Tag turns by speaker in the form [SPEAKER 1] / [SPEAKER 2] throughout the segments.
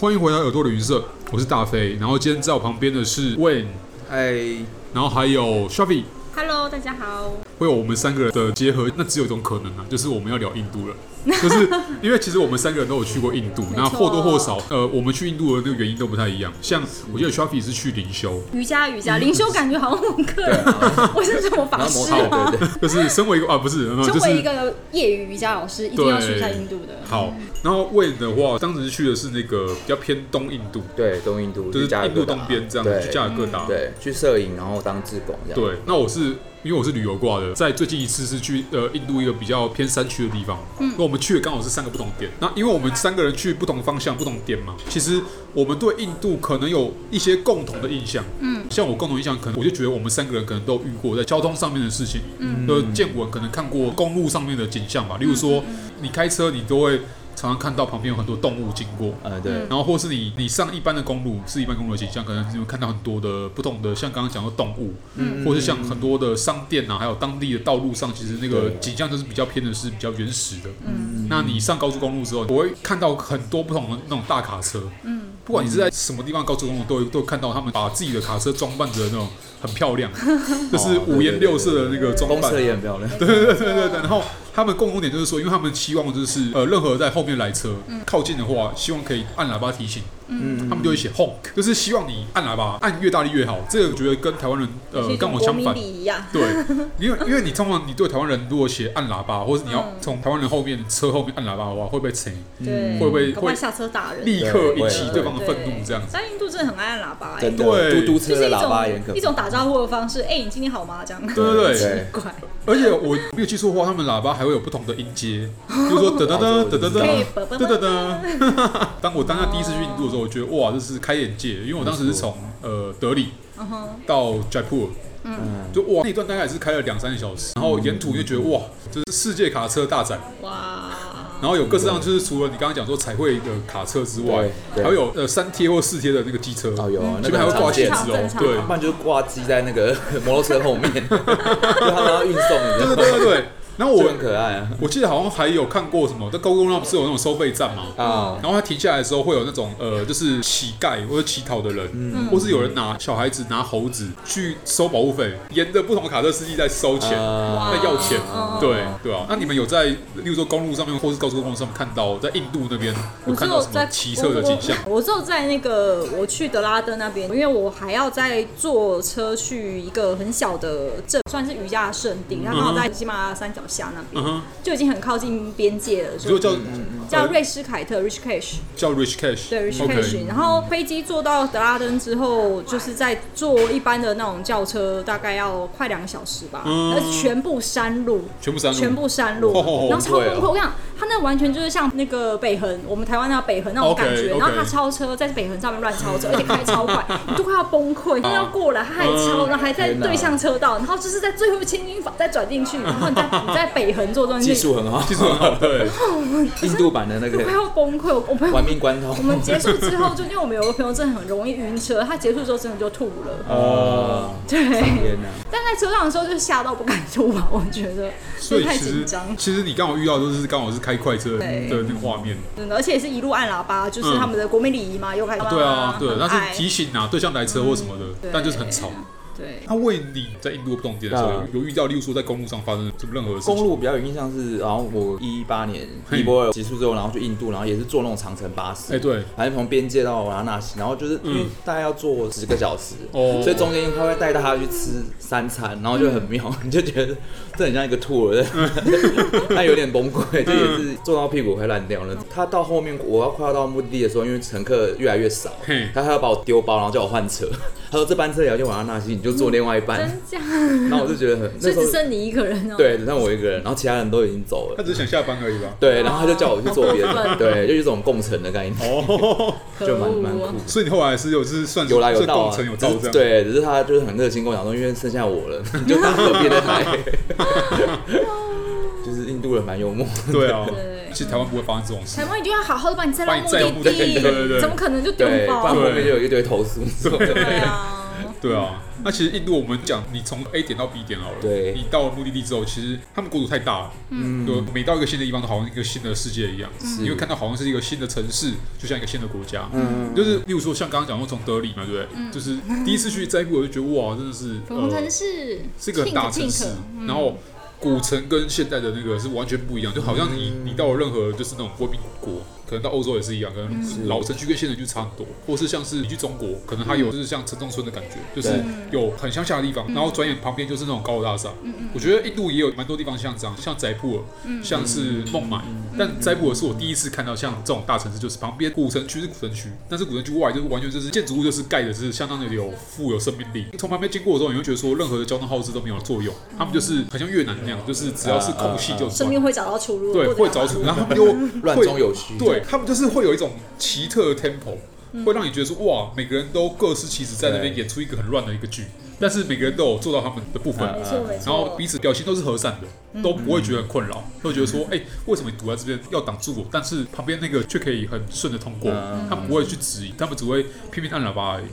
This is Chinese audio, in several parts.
[SPEAKER 1] 欢迎回到耳朵旅行社，我是大飞。然后今天在我旁边的是 Wayne，
[SPEAKER 2] 哎，
[SPEAKER 1] 然后还有 Shavi，
[SPEAKER 3] Hello，大家好。
[SPEAKER 1] 会有我们三个人的结合。那只有一种可能啊，就是我们要聊印度了，就是因为其实我们三个人都有去过印度，那或多或少，呃，我们去印度的那个原因都不太一样。像我记得 Shavi 是去灵修，
[SPEAKER 3] 瑜伽，瑜伽，灵修感觉好像很个人， 我是什么法师
[SPEAKER 2] 然后摩
[SPEAKER 3] 吗
[SPEAKER 2] 托？ 对对
[SPEAKER 1] 就是身为一个啊，不是，呃就
[SPEAKER 3] 身为一
[SPEAKER 1] 是。
[SPEAKER 3] 个业余瑜伽老师，一定要去一下印度的。
[SPEAKER 1] 好，然后 Wayne 的话，当时去的是那个比较偏东印度，
[SPEAKER 2] 对，东印度
[SPEAKER 1] 就是
[SPEAKER 2] 去加尔
[SPEAKER 1] 印
[SPEAKER 2] 各
[SPEAKER 1] 度
[SPEAKER 2] 答
[SPEAKER 1] 东边这样，
[SPEAKER 2] 对
[SPEAKER 1] 去加尔各
[SPEAKER 3] 嗯
[SPEAKER 1] 答。
[SPEAKER 2] 对，去摄影，然后当志工这样。
[SPEAKER 1] 对，那我是因为我是旅游挂的，在最近一次是去呃印度一个比较偏山区的地方，嗯，那我们去的刚好是三个不同点，那因为我们三个人去不同方向、不同点嘛，其实我们对印度可能有一些共同的印象，嗯，像我共同印象，可能我就觉得我们三个人可能都遇过在交通上面的事情，嗯，呃，见闻可能看过公路上面的景象吧，例如说你开车，你都会常常看到旁边有很多动物经过，
[SPEAKER 3] 嗯
[SPEAKER 2] 呃，对
[SPEAKER 1] 然后或是你你上一般的公路是一般公路的景象，可能你会看到很多的不同的，像刚刚讲的动物，嗯，或是像很多的商店啊，还有当地的道路上，其实那个
[SPEAKER 2] 对
[SPEAKER 1] 景象就是比较偏的是比较原始的。嗯，那你上高速公路之后，我会看到很多不同的那种大卡车，嗯，不管你是在什么地方高速公路，都会都会看到他们把自己的卡车装扮着那种很漂 亮，就是
[SPEAKER 2] 哦对
[SPEAKER 1] 五颜
[SPEAKER 2] 对对
[SPEAKER 1] 六色的那个装
[SPEAKER 2] 公
[SPEAKER 1] 扮
[SPEAKER 2] 社，也很漂亮。
[SPEAKER 1] 对对对对对。然后他们共同点就是说，因为他们期望就是呃，任何在后面来车、
[SPEAKER 3] 嗯
[SPEAKER 1] 靠近的话，希望可以按喇叭提醒。
[SPEAKER 2] 嗯
[SPEAKER 1] 他们就会写 honk，就是希望你按喇叭，按越大力越好。这个我觉得跟台湾人
[SPEAKER 3] 是
[SPEAKER 1] 呃
[SPEAKER 3] 一
[SPEAKER 1] 刚
[SPEAKER 3] 种
[SPEAKER 1] 好
[SPEAKER 3] 国
[SPEAKER 1] 相
[SPEAKER 3] 民
[SPEAKER 1] 反。
[SPEAKER 3] 礼仪啊。
[SPEAKER 1] 对，因为因为你通常你对台湾人如果写按喇叭，或是你要从台湾人后面车后面按喇叭的话，会被锤，
[SPEAKER 3] 嗯对，
[SPEAKER 1] 嗯会不会
[SPEAKER 3] 搞不好
[SPEAKER 1] 会
[SPEAKER 3] 下车打人？
[SPEAKER 1] 立刻引起
[SPEAKER 2] 对
[SPEAKER 1] 对方的愤怒这样子。
[SPEAKER 3] 但印度真的很爱按喇叭、欸，
[SPEAKER 2] 真的，
[SPEAKER 1] 对
[SPEAKER 2] 嘟嘟
[SPEAKER 3] 就
[SPEAKER 2] 车
[SPEAKER 3] 是
[SPEAKER 2] 的
[SPEAKER 3] 一
[SPEAKER 2] 喇叭也很可
[SPEAKER 3] 种
[SPEAKER 2] 怕
[SPEAKER 3] 一种打招呼的方式。哎、你今天好吗？这样。
[SPEAKER 1] 对对对
[SPEAKER 2] 对
[SPEAKER 3] 怪，
[SPEAKER 1] 而且我没有记错的话，他们喇叭还会有不同的音阶，比 如说噔噔
[SPEAKER 2] 哦
[SPEAKER 1] 噔噔噔
[SPEAKER 3] 可以
[SPEAKER 1] 噔。
[SPEAKER 3] 啵啵
[SPEAKER 1] 噔噔
[SPEAKER 3] 啵。
[SPEAKER 1] 噔！当我当下第一次去印度的时候，我觉得哇，这是开眼界，因为我当时是从呃德里
[SPEAKER 3] 嗯哼，
[SPEAKER 1] 到 Jaipur，
[SPEAKER 2] 嗯，
[SPEAKER 1] 就哇，那一段大概也是开了两三个小时，然后沿途就觉得哇，就是世界卡车大展，
[SPEAKER 3] 哇。
[SPEAKER 1] 然后有各式各样，就是除了你刚刚讲说彩绘的卡车之外
[SPEAKER 2] 对，对
[SPEAKER 1] 还会有呃三贴或四贴的那个机车，
[SPEAKER 2] 哦有啊，
[SPEAKER 1] 前
[SPEAKER 2] 那
[SPEAKER 1] 面
[SPEAKER 2] 个
[SPEAKER 1] 还会
[SPEAKER 2] 很
[SPEAKER 1] 挂
[SPEAKER 2] 常
[SPEAKER 1] 鞋
[SPEAKER 2] 见
[SPEAKER 1] 子
[SPEAKER 3] 常见
[SPEAKER 1] 哦，
[SPEAKER 3] 常
[SPEAKER 1] 对
[SPEAKER 3] 见
[SPEAKER 2] 不然就是挂机在那个 摩托车 后面，就他们要运送，你知
[SPEAKER 1] 对
[SPEAKER 2] 道吗？
[SPEAKER 1] 对对对。然后
[SPEAKER 2] 就
[SPEAKER 1] 我
[SPEAKER 2] 很可爱啊。
[SPEAKER 1] 我记得好像还有看过什么，在高速公路上不是有那种收费站吗？
[SPEAKER 2] 啊，
[SPEAKER 1] 然后他停下来的时候，会有那种呃，就是乞丐或者乞讨的人，
[SPEAKER 3] 嗯
[SPEAKER 1] 或是有人拿小孩子拿猴子去收保护费，沿着不同的卡车司机在收钱，
[SPEAKER 2] 啊
[SPEAKER 1] 在要钱，
[SPEAKER 3] 哦
[SPEAKER 1] 对对啊。那你们有在，例如说公路上面或是高速公路上面看到，在印度那边有
[SPEAKER 3] 我只
[SPEAKER 1] 看到
[SPEAKER 3] 有
[SPEAKER 1] 什么
[SPEAKER 3] 在
[SPEAKER 1] 奇特的景象？
[SPEAKER 3] 我我只有在那个我去德拉登那边，因为我还要再坐车去一个很小的镇，算是瑜伽圣地，它刚好在喜马拉雅山脚下那
[SPEAKER 1] 嗯
[SPEAKER 3] 边，
[SPEAKER 1] 哼，
[SPEAKER 3] 就已经很靠近边界了。
[SPEAKER 1] 如果
[SPEAKER 3] 就
[SPEAKER 1] 叫
[SPEAKER 3] 嗯
[SPEAKER 1] 呃
[SPEAKER 3] 叫瑞士凯特 （Rich Cash），
[SPEAKER 1] 叫 Rich Cash，
[SPEAKER 3] 对 Rich
[SPEAKER 1] OK，
[SPEAKER 3] Cash。然后飞机坐到德拉登之后，就是在坐一般的那种轿车，大概要快两个小时吧，
[SPEAKER 1] 嗯
[SPEAKER 3] 那全部山路。
[SPEAKER 1] 全部山路，
[SPEAKER 3] 全部山路
[SPEAKER 1] 哦哦哦，
[SPEAKER 3] 然后超
[SPEAKER 2] 对哦
[SPEAKER 3] 崩溃。我跟你讲，它那完全就是像那个北横，我们台湾那北横那种
[SPEAKER 1] OK，
[SPEAKER 3] 感觉。
[SPEAKER 1] OK
[SPEAKER 3] 然后他超车在北横上面乱超 车，而且开超快，你都快要崩溃。他要过来，他还超，
[SPEAKER 1] 嗯
[SPEAKER 3] 然后还在
[SPEAKER 2] 天哪
[SPEAKER 3] 对向车道，然后就是在最后千钧法再转 进去，然后你在你在北横坐上
[SPEAKER 2] 技
[SPEAKER 3] 去，
[SPEAKER 2] 术很好，
[SPEAKER 1] 技术很好， 对，
[SPEAKER 2] 印度版的那
[SPEAKER 3] 快
[SPEAKER 2] 个
[SPEAKER 3] 要崩溃。我我朋友
[SPEAKER 2] 玩命关头
[SPEAKER 3] 我。们结束之后，就因为我们有个朋友真的很容易晕车，他结束之后真的就吐了。
[SPEAKER 2] 哦，
[SPEAKER 3] 对，
[SPEAKER 2] 天哪！
[SPEAKER 3] 但在车上的时候就吓到不敢吐吧，我觉得，
[SPEAKER 1] 所以
[SPEAKER 3] 真 的太
[SPEAKER 1] 其实
[SPEAKER 3] 紧张。
[SPEAKER 1] 其实你刚好遇到的就是刚好是开快车的
[SPEAKER 3] 对
[SPEAKER 1] 那个画面，
[SPEAKER 3] 真的，而且也是一路按喇叭，就是他们的国民礼仪嘛，又开始
[SPEAKER 1] 对啊，对，
[SPEAKER 3] 很
[SPEAKER 1] 但
[SPEAKER 3] 爱嗯
[SPEAKER 1] 是提醒啊，对象来车或什么的，
[SPEAKER 3] 对
[SPEAKER 1] 但就是很吵。
[SPEAKER 3] 对，
[SPEAKER 1] 他为你在印度不同点的时候
[SPEAKER 2] 对啊，
[SPEAKER 1] 有有遇到，例如说在公路上发生什么任何事情，
[SPEAKER 2] 公路比较有印象是，然后我一八年
[SPEAKER 1] 嘿
[SPEAKER 2] 尼泊尔结束之后，然后去印度，然后也是坐那种长城巴士，
[SPEAKER 1] 哎对，
[SPEAKER 2] 反正从边界到瓦拉纳西，然后就是因为
[SPEAKER 1] 嗯
[SPEAKER 2] 大概要坐十个小时，
[SPEAKER 1] 哦
[SPEAKER 2] 所以中间他会带大家去吃三餐，然后就很妙，
[SPEAKER 3] 嗯
[SPEAKER 2] 你就觉得这很像一个 tour，但有点崩溃，就也是坐到屁股快烂掉了。他到后面我要快要到目的地的时候，因为乘客越来越少
[SPEAKER 1] 嘿，
[SPEAKER 2] 他还要把我丢包，然后叫我换车，他说这班车也要去瓦拉纳西，你就坐另外一班，
[SPEAKER 3] 真假？
[SPEAKER 2] 然后我就觉得很
[SPEAKER 3] 嗯
[SPEAKER 2] 那
[SPEAKER 3] 所以
[SPEAKER 2] 时候
[SPEAKER 3] 只剩你一个人哦。，
[SPEAKER 2] 对，只剩我一个人，然后其他人都已经走了
[SPEAKER 1] 他。只是想下班而已吧。
[SPEAKER 2] 对，然后他就叫我去做 别
[SPEAKER 3] 好过
[SPEAKER 2] 的，
[SPEAKER 3] 分
[SPEAKER 2] 对，就一种共乘的概念，
[SPEAKER 1] 哦，
[SPEAKER 2] 就蛮蛮酷。
[SPEAKER 1] 所以你后来是有是算
[SPEAKER 2] 有啦有
[SPEAKER 1] 算
[SPEAKER 2] 到
[SPEAKER 1] 共
[SPEAKER 2] 啊
[SPEAKER 1] 乘有到这样，，
[SPEAKER 2] 对，只是他就是很热心跟我讲说，因为剩下我了， 你就当隔壁的台。就是印度人蛮幽默，
[SPEAKER 1] 对啊
[SPEAKER 3] 对，
[SPEAKER 1] 其实台湾不会发生这种事
[SPEAKER 3] 台。湾一定要好好的把你载到
[SPEAKER 1] 把你载到
[SPEAKER 3] 目
[SPEAKER 1] 目
[SPEAKER 3] 的
[SPEAKER 1] 的地对对
[SPEAKER 3] 地，
[SPEAKER 1] 对
[SPEAKER 3] 怎么可能就丢
[SPEAKER 2] 对，不然
[SPEAKER 3] 包？
[SPEAKER 2] 后面就有一堆投诉。
[SPEAKER 3] 对啊，
[SPEAKER 1] 对啊，那其实印度我们讲，你从 A 点到 B 点好了，
[SPEAKER 2] 对
[SPEAKER 1] 你到了目的地之后，其实他们国土太大了，嗯，对，每到一个新的地方，都好像一个新的世界一样，你会看到好像是一个新的城市，就像一个新的国家，嗯，就是例如说像刚刚讲说从德里嘛，对不对？就是第一次去斋浦，我就觉得哇，嗯真的是
[SPEAKER 4] 粉红城
[SPEAKER 1] 呃
[SPEAKER 4] 市
[SPEAKER 1] 是一个很大的城市
[SPEAKER 4] Pink，Pink，，
[SPEAKER 1] 然后。古城跟现代的那个是完全不一样，就好像你你到了任何就是那种文明国，可能到欧洲也是一样，可能老城区跟现城区差很多，或是像是你去中国，可能它有就是像城中村的感觉，就是
[SPEAKER 2] 对
[SPEAKER 1] 有很乡下的地方，然后转眼旁边就是那种高楼大厦。我觉得印度也有蛮多地方像这样，像斋普尔，像是孟买，但斋普尔是我第一次看到像这种大城市，就是旁边古城区是古城区，但是古城区外就是完全就是建筑物就是盖的是相当的有富有生命力。从旁边经过的时候，你会觉得说任何的交通耗资都没有作用，他们就是很像越南那样，就是只要是空隙就
[SPEAKER 3] 生
[SPEAKER 1] 算
[SPEAKER 3] 命。会找到出路，啊
[SPEAKER 1] 对，
[SPEAKER 3] 或者
[SPEAKER 1] 会找出，然后他们又
[SPEAKER 2] 乱中有序
[SPEAKER 1] 对他们就是会有一种奇特的 tempo，、会
[SPEAKER 3] 嗯
[SPEAKER 1] 让你觉得说哇，每个人都各司其职，在那边
[SPEAKER 2] 对
[SPEAKER 1] 演出一个很乱的一个剧，但是每个人都有做到他们的部分，
[SPEAKER 2] 嗯
[SPEAKER 3] 啊没错没错，嗯
[SPEAKER 1] 然后彼此表情都是和善的，都不会觉得很困扰，都觉得说，哎、为什么你堵在这边要挡住我？但是旁边那个却可以很顺的通过，
[SPEAKER 2] 嗯
[SPEAKER 1] 他们不会去质疑，他们只会拼命按喇叭而已。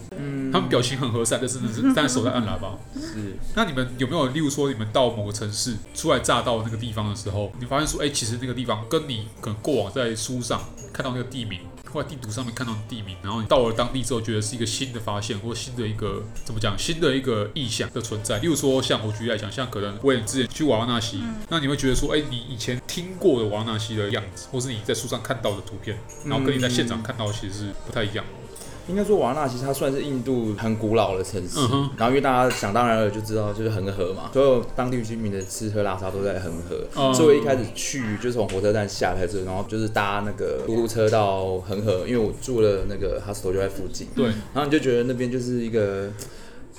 [SPEAKER 1] 他们表情很和善，但是 呢是但是手在按喇叭。
[SPEAKER 2] 是
[SPEAKER 1] 那你们有没有，例如说你们到某个城市初来乍到那个地方的时候，你发现说，哎、其实那个地方跟你可能过往在书上看到那个地名。或者地图上面看到的地名，然后你到了当地之后，觉得是一个新的发现，或新的一个怎么讲，新的一个意象的存在。例如说，像我举例来讲，像可能我也之前去瓦拉纳西，那你会觉得说，哎、你以前听过的瓦拉纳西的样子，或是你在书上看到的图片，然后跟你在现场看到的其实是不太一样的。
[SPEAKER 2] 嗯应该说瓦拉纳其实它算是印度很古老的城市，
[SPEAKER 1] 嗯哼
[SPEAKER 2] 然后因为大家想当然了就知道就是恒河嘛，所有当地居民的吃喝拉撒都在恒河，
[SPEAKER 1] 嗯
[SPEAKER 2] 所以我一开始去就是从火车站下来之后，然后就是搭那个嘟嘟车到恒河，因为我住了那个 hostel 就在附近，
[SPEAKER 1] 对，
[SPEAKER 2] 然后你就觉得那边就是一个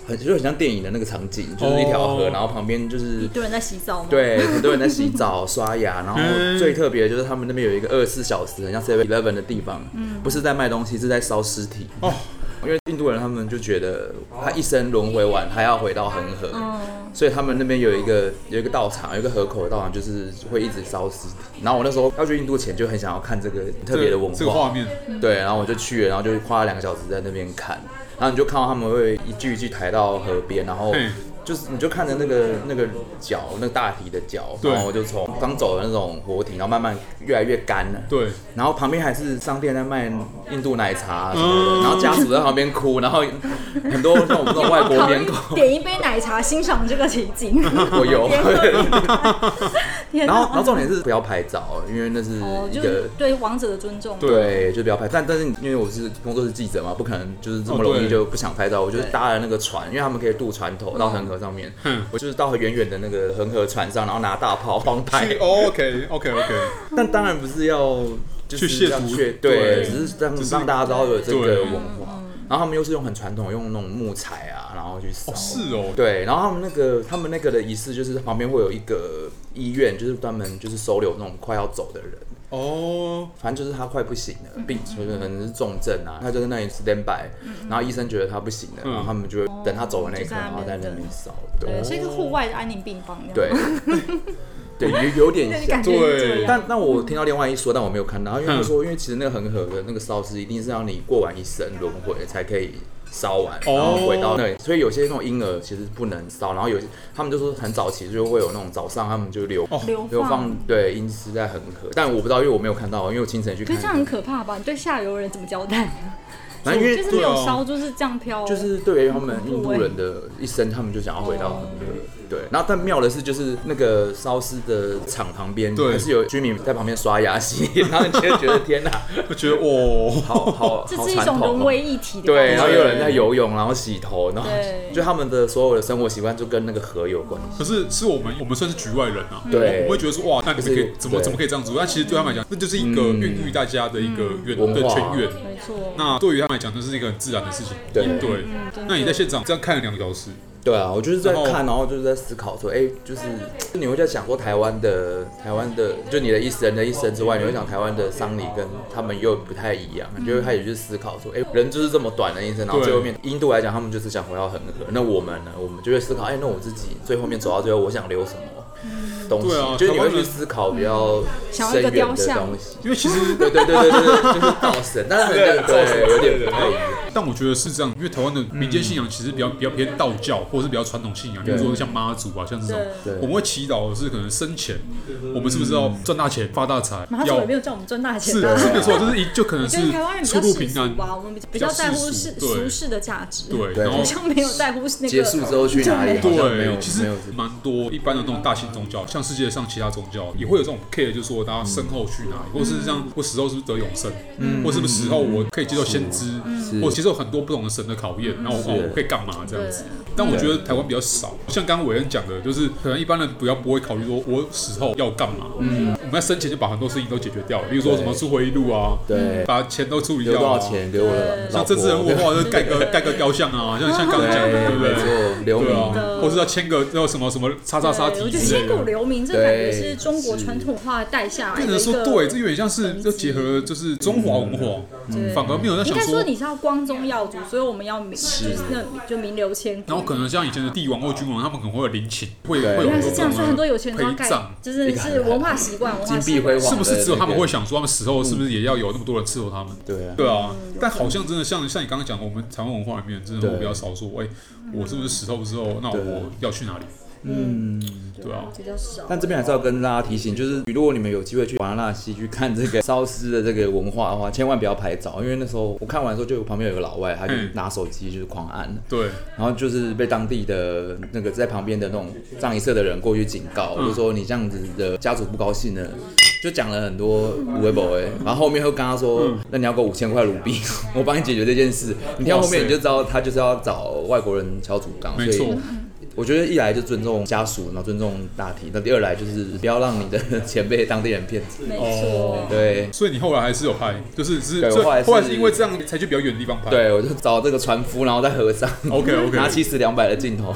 [SPEAKER 2] 很就很像电影的那个场景，就是一条河，
[SPEAKER 1] 哦
[SPEAKER 2] 然后旁边就是
[SPEAKER 3] 一堆人在洗澡嘛，，
[SPEAKER 2] 对，很多人在洗澡、刷牙，
[SPEAKER 1] 嗯
[SPEAKER 2] 然后最特别的就是他们那边有一个二十四小时，很像 Seven Eleven 的地方，不是在卖东西，是在烧尸体。
[SPEAKER 1] 哦
[SPEAKER 2] 因为印度人他们就觉得他一生轮回完，他要回到恒河，所以他们那边有一个有一个道场，有一个河口的道场，就是会一直烧尸体。然后我那时候要去印度前就很想要看这个特别的文化，
[SPEAKER 1] 哦这个画面，
[SPEAKER 2] 对，然后我就去了，然后就花了两个小时在那边看，然后你就看到他们会一句一句抬到河边，然后
[SPEAKER 1] 嘿
[SPEAKER 2] 就是你就看着那个那个脚，那个大体的脚，
[SPEAKER 1] 对
[SPEAKER 2] 然后就从刚走的那种活体，然后慢慢越来越干了。
[SPEAKER 1] 对，
[SPEAKER 2] 然后旁边还是商店在卖印度奶茶啊什么的，然后家属在旁边哭，然后很多像我们这种外国
[SPEAKER 3] 考虑
[SPEAKER 2] 面孔，
[SPEAKER 3] 点一杯奶茶欣赏这个奇 景，
[SPEAKER 2] 我有。
[SPEAKER 3] 边天
[SPEAKER 2] 然后，然
[SPEAKER 3] 哪
[SPEAKER 2] 后重点是不要拍照，因为那是
[SPEAKER 3] 哦，
[SPEAKER 2] 一
[SPEAKER 3] 就
[SPEAKER 2] 个
[SPEAKER 3] 是对王者的尊重，
[SPEAKER 1] 对
[SPEAKER 2] 对，就不要拍。但但是因为我是工作是记者嘛，不可能就是这么
[SPEAKER 1] 哦
[SPEAKER 2] 容
[SPEAKER 1] 对
[SPEAKER 2] 易就不想拍照。我就是搭了那个船，因为他们可以渡船头到恒河上面。
[SPEAKER 1] 嗯
[SPEAKER 2] 我就是到远远的那个恒河船上，然后拿大炮帮拍。
[SPEAKER 1] 去 OK OK OK，
[SPEAKER 2] 但当然不是要就是
[SPEAKER 1] 去亵
[SPEAKER 2] 要
[SPEAKER 1] 渎
[SPEAKER 2] 去
[SPEAKER 1] 对
[SPEAKER 2] 对，只是让
[SPEAKER 1] 只是
[SPEAKER 2] 让大家知道有这
[SPEAKER 1] 对
[SPEAKER 2] 个文化。然后他们又是用很传统，用那种木材啊，然后去烧。
[SPEAKER 1] 哦是哦，
[SPEAKER 2] 对，然后他们那个他们那个的仪式就是旁边会有一个医院，就是专门就是收留那种快要走的人。
[SPEAKER 1] 哦，
[SPEAKER 2] 反正就是他快不行了，病就是可能是重症啊，他就在那里 stand by，然后医生觉得他不行了，
[SPEAKER 1] 嗯
[SPEAKER 2] 然后他们就会等他走的那一
[SPEAKER 3] 就
[SPEAKER 2] 刻，
[SPEAKER 3] 在那
[SPEAKER 2] 然后哦在那
[SPEAKER 3] 边
[SPEAKER 2] 边
[SPEAKER 3] 等
[SPEAKER 2] 烧，
[SPEAKER 3] 对，
[SPEAKER 2] 对
[SPEAKER 3] 是一个户外的安宁病房，
[SPEAKER 2] 对， 对，有有点
[SPEAKER 3] 那
[SPEAKER 2] 像
[SPEAKER 3] 感。觉是这
[SPEAKER 1] 对
[SPEAKER 3] 样，
[SPEAKER 2] 但但我听到另外一说，但我没有看到，因为他
[SPEAKER 1] 嗯
[SPEAKER 2] 说，因为其实那个恒河的那个烧尸，一定是让你过完一生轮回才可以烧完，
[SPEAKER 1] 哦
[SPEAKER 2] 然后回到那里。所以有些那种婴儿其实不能烧，然后有些他们就说很早期就会有那种早上他们就流
[SPEAKER 1] 哦
[SPEAKER 3] 流
[SPEAKER 2] 流
[SPEAKER 3] 放
[SPEAKER 2] 放。对阴尸在恒河，但我不知道，因为我没有看到，因为我清晨去
[SPEAKER 3] 可
[SPEAKER 2] 看
[SPEAKER 3] 是这。样很可怕吧？你对下游人怎么交代？
[SPEAKER 2] 反正因为
[SPEAKER 3] 就是没有
[SPEAKER 1] 对啊
[SPEAKER 3] 烧，就是这样飘，
[SPEAKER 2] 就是对于他们
[SPEAKER 3] 很恐
[SPEAKER 2] 印
[SPEAKER 3] 怖
[SPEAKER 2] 度
[SPEAKER 3] 欸
[SPEAKER 2] 人的一生，他们就想要回到恒河。对，然后但妙的是，就是那个烧尸的厂旁边，
[SPEAKER 1] 对
[SPEAKER 2] 还是有居民在旁边刷牙洗脸，然后你就会觉得天哪，
[SPEAKER 1] 我觉得哦，
[SPEAKER 2] 好好
[SPEAKER 3] 这
[SPEAKER 2] 好
[SPEAKER 3] 是一
[SPEAKER 2] 传
[SPEAKER 3] 种
[SPEAKER 2] 统
[SPEAKER 3] 融为
[SPEAKER 2] 哦。
[SPEAKER 3] 一体的
[SPEAKER 2] 对，
[SPEAKER 3] 感觉。
[SPEAKER 2] 然后又有人在游泳，然后洗头，然后
[SPEAKER 3] 对
[SPEAKER 2] 就他们的所有的生活习惯就跟那个河有关系。
[SPEAKER 1] 可是是我们我们算是局外人啊，我
[SPEAKER 2] 对
[SPEAKER 1] 们会觉得说哇，那你们可以
[SPEAKER 2] 就是
[SPEAKER 1] 怎么
[SPEAKER 2] 对
[SPEAKER 1] 怎么可以这样做？但其实对他们来讲，那就是一个
[SPEAKER 2] 嗯
[SPEAKER 1] 孕育大家的一个源
[SPEAKER 2] 文
[SPEAKER 1] 的
[SPEAKER 2] 化
[SPEAKER 1] 泉源。
[SPEAKER 3] 没错，
[SPEAKER 1] 那对于他们来讲，那是一个很自然的事情。
[SPEAKER 2] 对
[SPEAKER 1] 对，
[SPEAKER 3] 真的
[SPEAKER 1] 那你在现场这样看了两个小时，
[SPEAKER 2] 对啊，我就是在
[SPEAKER 1] 然后
[SPEAKER 2] 看，然后就是在思考说，哎、就是你会在想说台湾的台湾的，就你的一生的一生之外，你会想台湾的丧礼跟他们又不太一样，
[SPEAKER 3] 嗯
[SPEAKER 2] 你就会开始去思考说，哎、人就是这么短的一生，然后
[SPEAKER 1] 对
[SPEAKER 2] 最后面印度来讲，他们就是想回到恒河，那我们呢，我们就会思考，哎、那我自己最后面走到最后，我想留什么？东西
[SPEAKER 1] 对啊，
[SPEAKER 2] 就是你
[SPEAKER 1] 台
[SPEAKER 2] 会
[SPEAKER 1] 湾
[SPEAKER 2] 去
[SPEAKER 1] 人
[SPEAKER 2] 思考比较
[SPEAKER 3] 嗯想要
[SPEAKER 2] 深
[SPEAKER 3] 一个
[SPEAKER 2] 远的
[SPEAKER 3] 雕像
[SPEAKER 2] 东西。
[SPEAKER 1] 因为其实
[SPEAKER 2] 对对对对对，就是造神，但是人家
[SPEAKER 1] 对造神
[SPEAKER 2] 对有点不太一样。
[SPEAKER 1] 但我觉得是这样，因为台湾的民间信仰其实比较比较偏道教，或者是比较传统信仰，比如说像妈祖啊，像这
[SPEAKER 2] 对
[SPEAKER 1] 种，我们会祈祷的是可能生前，我们是不是要赚大钱、发大财
[SPEAKER 2] 嗯
[SPEAKER 3] 马？祖
[SPEAKER 1] 要
[SPEAKER 3] 也没有叫我们赚大钱
[SPEAKER 1] 是
[SPEAKER 3] 的啊。
[SPEAKER 1] 是没错，就是一就可能
[SPEAKER 3] 就是是台湾人比
[SPEAKER 1] 出
[SPEAKER 3] 较
[SPEAKER 1] 入
[SPEAKER 3] 世
[SPEAKER 1] 平
[SPEAKER 3] 俗
[SPEAKER 1] 安，
[SPEAKER 3] 吧，我们比较比较在乎世
[SPEAKER 1] 比较世俗对
[SPEAKER 3] 俗世的价值，
[SPEAKER 1] 对，
[SPEAKER 2] 对
[SPEAKER 1] 然后
[SPEAKER 3] 好。像没有在乎那个
[SPEAKER 2] 结束之后去哪里？
[SPEAKER 3] 就
[SPEAKER 2] 好
[SPEAKER 3] 没
[SPEAKER 2] 像没有
[SPEAKER 1] 对，其实
[SPEAKER 2] 没有
[SPEAKER 1] 蛮多一般的那种大型宗教，像世界上其他宗教也会有这种 care，就是说大家身后去哪里，或是像我死后是不是得永生，或是不是死后我可以接受先知，
[SPEAKER 2] 嗯是
[SPEAKER 1] 或接受很多不同的神的考验，然后我
[SPEAKER 2] 是
[SPEAKER 1] 我可以干嘛这样子。但我觉得台湾比较少，像刚刚伟恩讲的，就是可能一般人比较不会考虑说我死后要干嘛。嗯，我们在生前就把很多事情都解决掉了，比如说什么
[SPEAKER 2] 对
[SPEAKER 1] 出回忆录啊，
[SPEAKER 2] 对，
[SPEAKER 1] 把钱都处理
[SPEAKER 2] 留
[SPEAKER 1] 掉
[SPEAKER 2] 多少
[SPEAKER 1] 啊。
[SPEAKER 2] 钱给我的
[SPEAKER 1] 像
[SPEAKER 2] 老婆？
[SPEAKER 1] 政治人物的话，就是盖个盖个雕像啊，像像刚刚讲的，对
[SPEAKER 2] 对，
[SPEAKER 1] 不对
[SPEAKER 2] 没？错，留
[SPEAKER 1] 对
[SPEAKER 2] 名。
[SPEAKER 1] 啊，或是要签个要什么什么叉叉叉
[SPEAKER 3] 对
[SPEAKER 1] 题
[SPEAKER 3] 我觉得
[SPEAKER 1] 之类
[SPEAKER 3] 千古
[SPEAKER 1] 的。
[SPEAKER 3] 留名，这感觉是中国传统化带下来
[SPEAKER 1] 变
[SPEAKER 3] 的
[SPEAKER 1] 成
[SPEAKER 3] 一
[SPEAKER 1] 说
[SPEAKER 3] 个。
[SPEAKER 1] 对，这有点像是就结合了就是中华文化，
[SPEAKER 2] 嗯
[SPEAKER 1] 反而没有在
[SPEAKER 3] 嗯应
[SPEAKER 1] 想
[SPEAKER 3] 该说你是要光宗耀祖，所以我们要名，就是那就名留千古。
[SPEAKER 1] 然后可能像以前的帝王或君王，他们可能会有陵寝，会
[SPEAKER 2] 对
[SPEAKER 1] 会有
[SPEAKER 3] 原来
[SPEAKER 1] 很
[SPEAKER 3] 是
[SPEAKER 1] 多
[SPEAKER 3] 这样，
[SPEAKER 1] 种
[SPEAKER 3] 所以很多有钱人都要
[SPEAKER 1] 陪
[SPEAKER 3] 盖
[SPEAKER 1] 葬，
[SPEAKER 3] 就是是文化习惯，文化
[SPEAKER 2] 金
[SPEAKER 3] 习
[SPEAKER 2] 碧辉
[SPEAKER 3] 惯。
[SPEAKER 2] 煌
[SPEAKER 1] 是
[SPEAKER 2] 的那
[SPEAKER 1] 不
[SPEAKER 2] 个，
[SPEAKER 1] 是只有他们会想说，他们死后是不是也要有那么多人伺候他们？
[SPEAKER 2] 对啊，
[SPEAKER 1] 对啊，
[SPEAKER 3] 嗯
[SPEAKER 1] 但好像真的像像你刚刚讲，我们台湾文化里面真的会
[SPEAKER 2] 对
[SPEAKER 1] 比较少说，哎，我是不是死后之后，那我要去哪里？嗯，对啊，
[SPEAKER 3] 比较少。
[SPEAKER 2] 但这边还是要跟大家提醒，就是如果你们有机会去瓦拉纳西去看这个烧尸的这个文化的话，千万不要拍照，因为那时候我看完的时候，就有旁边有个老外，他就
[SPEAKER 1] 嗯
[SPEAKER 2] 拿手机就是狂按，
[SPEAKER 1] 对，
[SPEAKER 2] 然后就是被当地的那个在旁边的那种葬仪社的人过去警告，
[SPEAKER 1] 嗯
[SPEAKER 2] 就说你这样子的家族不高兴了，就讲了很多微博哎，
[SPEAKER 1] 嗯
[SPEAKER 2] 然后后面又跟他说，那你要给我五千块卢币， 我帮你解决这件事。你听到后面你就知道他就是要找外国人敲竹杠，
[SPEAKER 1] 没
[SPEAKER 2] 所
[SPEAKER 1] 错
[SPEAKER 2] 以。我觉得一来就尊重家属，然后尊重大体；那第二来就是不要让你的前辈当地人骗子。
[SPEAKER 3] 没
[SPEAKER 1] 哦
[SPEAKER 3] 错，
[SPEAKER 2] 对，
[SPEAKER 1] 所以你后来还是有拍，就是只是
[SPEAKER 2] 对
[SPEAKER 1] 所以
[SPEAKER 2] 后来是
[SPEAKER 1] 后来是因为这样才去比较远的地方拍。
[SPEAKER 2] 对我就找这个船夫，然后再合上
[SPEAKER 1] OK，OK
[SPEAKER 2] 拿七十两百的镜 头，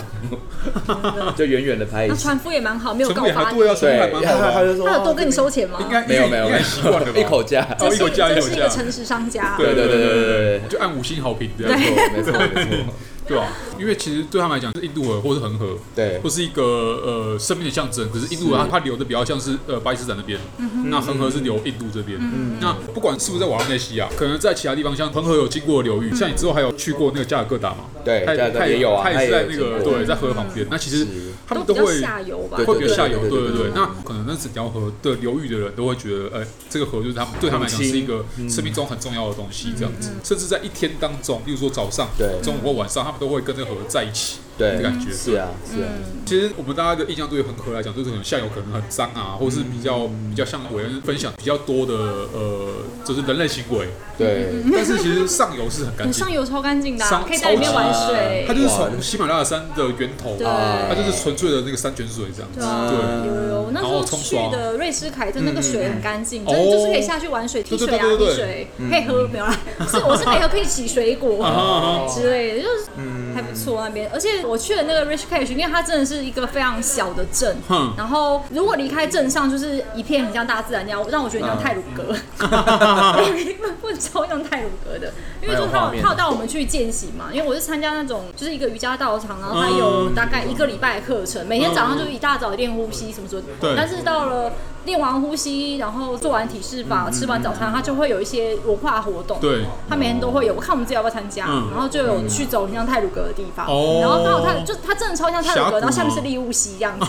[SPEAKER 2] 就远远的拍一
[SPEAKER 3] 那
[SPEAKER 2] 下。
[SPEAKER 3] 船夫也蛮好，没有
[SPEAKER 1] 全
[SPEAKER 3] 告
[SPEAKER 1] 部也
[SPEAKER 3] 发
[SPEAKER 1] 还
[SPEAKER 3] 你。
[SPEAKER 1] 对啊，全部还
[SPEAKER 2] 对，
[SPEAKER 1] 蛮好的
[SPEAKER 2] 他
[SPEAKER 1] 啊。
[SPEAKER 2] 就说哦
[SPEAKER 3] 他有多跟你收钱吗？
[SPEAKER 1] 应该
[SPEAKER 2] 没有没有
[SPEAKER 1] 应该习惯了吧？
[SPEAKER 2] 一口价，
[SPEAKER 1] 哦，
[SPEAKER 3] 这
[SPEAKER 1] 一
[SPEAKER 3] 是
[SPEAKER 1] 口价，一
[SPEAKER 3] 这
[SPEAKER 1] 口
[SPEAKER 3] 是一个
[SPEAKER 1] 价。
[SPEAKER 3] 诚实商家。
[SPEAKER 1] 对
[SPEAKER 2] 对对对对
[SPEAKER 1] 就按五星好评这样子，
[SPEAKER 2] 对，没错没 错没错，
[SPEAKER 1] 对吧？因为其实对他们来讲，是印度河或是恒河，
[SPEAKER 2] 对
[SPEAKER 1] 或是一个呃生命的象征。可是印度河它它流的比较像是呃巴基斯坦那边，
[SPEAKER 3] 嗯
[SPEAKER 1] 那恒河是流印度这边。
[SPEAKER 2] 嗯
[SPEAKER 1] 那不管是不是在瓦拉内西亚，可能在其他地方，像恒河有经过的流
[SPEAKER 3] 嗯
[SPEAKER 1] 域，像你之后还有去过那个加尔各答嘛？
[SPEAKER 2] 对
[SPEAKER 1] 它
[SPEAKER 2] 加尔各答也有啊
[SPEAKER 1] 它也是
[SPEAKER 2] 它
[SPEAKER 1] 在那
[SPEAKER 2] 也有经
[SPEAKER 1] 个
[SPEAKER 2] 过
[SPEAKER 1] 对，在河旁边。那其实他
[SPEAKER 3] 都
[SPEAKER 1] 们
[SPEAKER 3] 比
[SPEAKER 1] 都
[SPEAKER 3] 较
[SPEAKER 1] 会
[SPEAKER 3] 下游吧，
[SPEAKER 2] 对
[SPEAKER 1] 会比较下游，
[SPEAKER 2] 对
[SPEAKER 1] 对
[SPEAKER 2] 对
[SPEAKER 1] 对
[SPEAKER 2] 对
[SPEAKER 1] 对。那可能那整条河的流域的人都会觉得，哎，这个河就是他们对他们来讲是一个生命中很重要的东西，这样子。甚至在一天当中，比如说早上、
[SPEAKER 2] 对
[SPEAKER 1] 中午或晚上，他们都会跟这个河在一起的
[SPEAKER 2] 对
[SPEAKER 1] 感，觉。
[SPEAKER 2] 是啊是啊，
[SPEAKER 3] 嗯
[SPEAKER 1] 其实我们大家的印象对于恒河来讲，就是可能下游可能很脏啊，或是比较比较像伟恩分享比较多的呃，就是人类行为。
[SPEAKER 2] 对，
[SPEAKER 3] 嗯
[SPEAKER 1] 但是其实上游是很干
[SPEAKER 3] 你
[SPEAKER 1] 净
[SPEAKER 3] 嗯上
[SPEAKER 1] 的，
[SPEAKER 3] 游超干净的啊，
[SPEAKER 1] 上
[SPEAKER 3] 可以在里面玩水
[SPEAKER 1] 它。就是
[SPEAKER 2] 哇
[SPEAKER 1] 从喜马拉雅山的源头，
[SPEAKER 3] 对
[SPEAKER 1] 它就是纯粹的那个山泉水这样子。
[SPEAKER 3] 对啊
[SPEAKER 1] 对。
[SPEAKER 3] 有有，我那
[SPEAKER 1] 然
[SPEAKER 3] 时候
[SPEAKER 1] 后冲
[SPEAKER 3] 去
[SPEAKER 1] 刷
[SPEAKER 3] 的瑞士凯特那个水很干净，
[SPEAKER 1] 嗯
[SPEAKER 3] 真的就是可以下去玩水、踢
[SPEAKER 1] 对
[SPEAKER 3] 水
[SPEAKER 1] 对
[SPEAKER 3] 啊、
[SPEAKER 1] 对对
[SPEAKER 3] 滴
[SPEAKER 1] 对
[SPEAKER 3] 水，可以喝没有啦？是我是可以喝，可以洗水果
[SPEAKER 1] 啊
[SPEAKER 3] 之类的，就是还不错那边。而且我去的那个 Rich Cash，因为它真的是一个非常小的镇
[SPEAKER 1] 哼，
[SPEAKER 3] 然后如果离开镇上，就是一片很像大自然那样，让我觉得很像泰鲁格。不超像泰鲁格的，因为就
[SPEAKER 2] 蛮有画
[SPEAKER 3] 他有
[SPEAKER 2] 面的
[SPEAKER 3] 他有带我们去践行嘛，因为我是参加那种就是一个瑜伽道场，然后它有大概一个礼拜的课程，每天早上就是一大早练呼吸什么什么，
[SPEAKER 1] 对
[SPEAKER 3] 但是到了练完呼吸，然后做完体式法，吃完早餐，它就会有一些文化活动，
[SPEAKER 1] 嗯对，
[SPEAKER 3] 它每天都会有，我看我们自己要不要参加，
[SPEAKER 1] 嗯
[SPEAKER 3] 然后就有去走很像泰鲁格的地方，
[SPEAKER 1] 哦
[SPEAKER 3] 然后它有泰就它真的超像泰鲁
[SPEAKER 1] 峡谷
[SPEAKER 3] 格，然后下面
[SPEAKER 1] 吗
[SPEAKER 3] 是利物西这样子，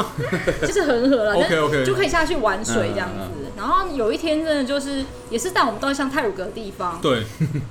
[SPEAKER 3] 就是恒河了
[SPEAKER 1] OK，OK 嗯
[SPEAKER 3] 但就可以下去玩水这样子。然后有一天真的就是也是带我们到像泰鲁格的地方，
[SPEAKER 1] 对，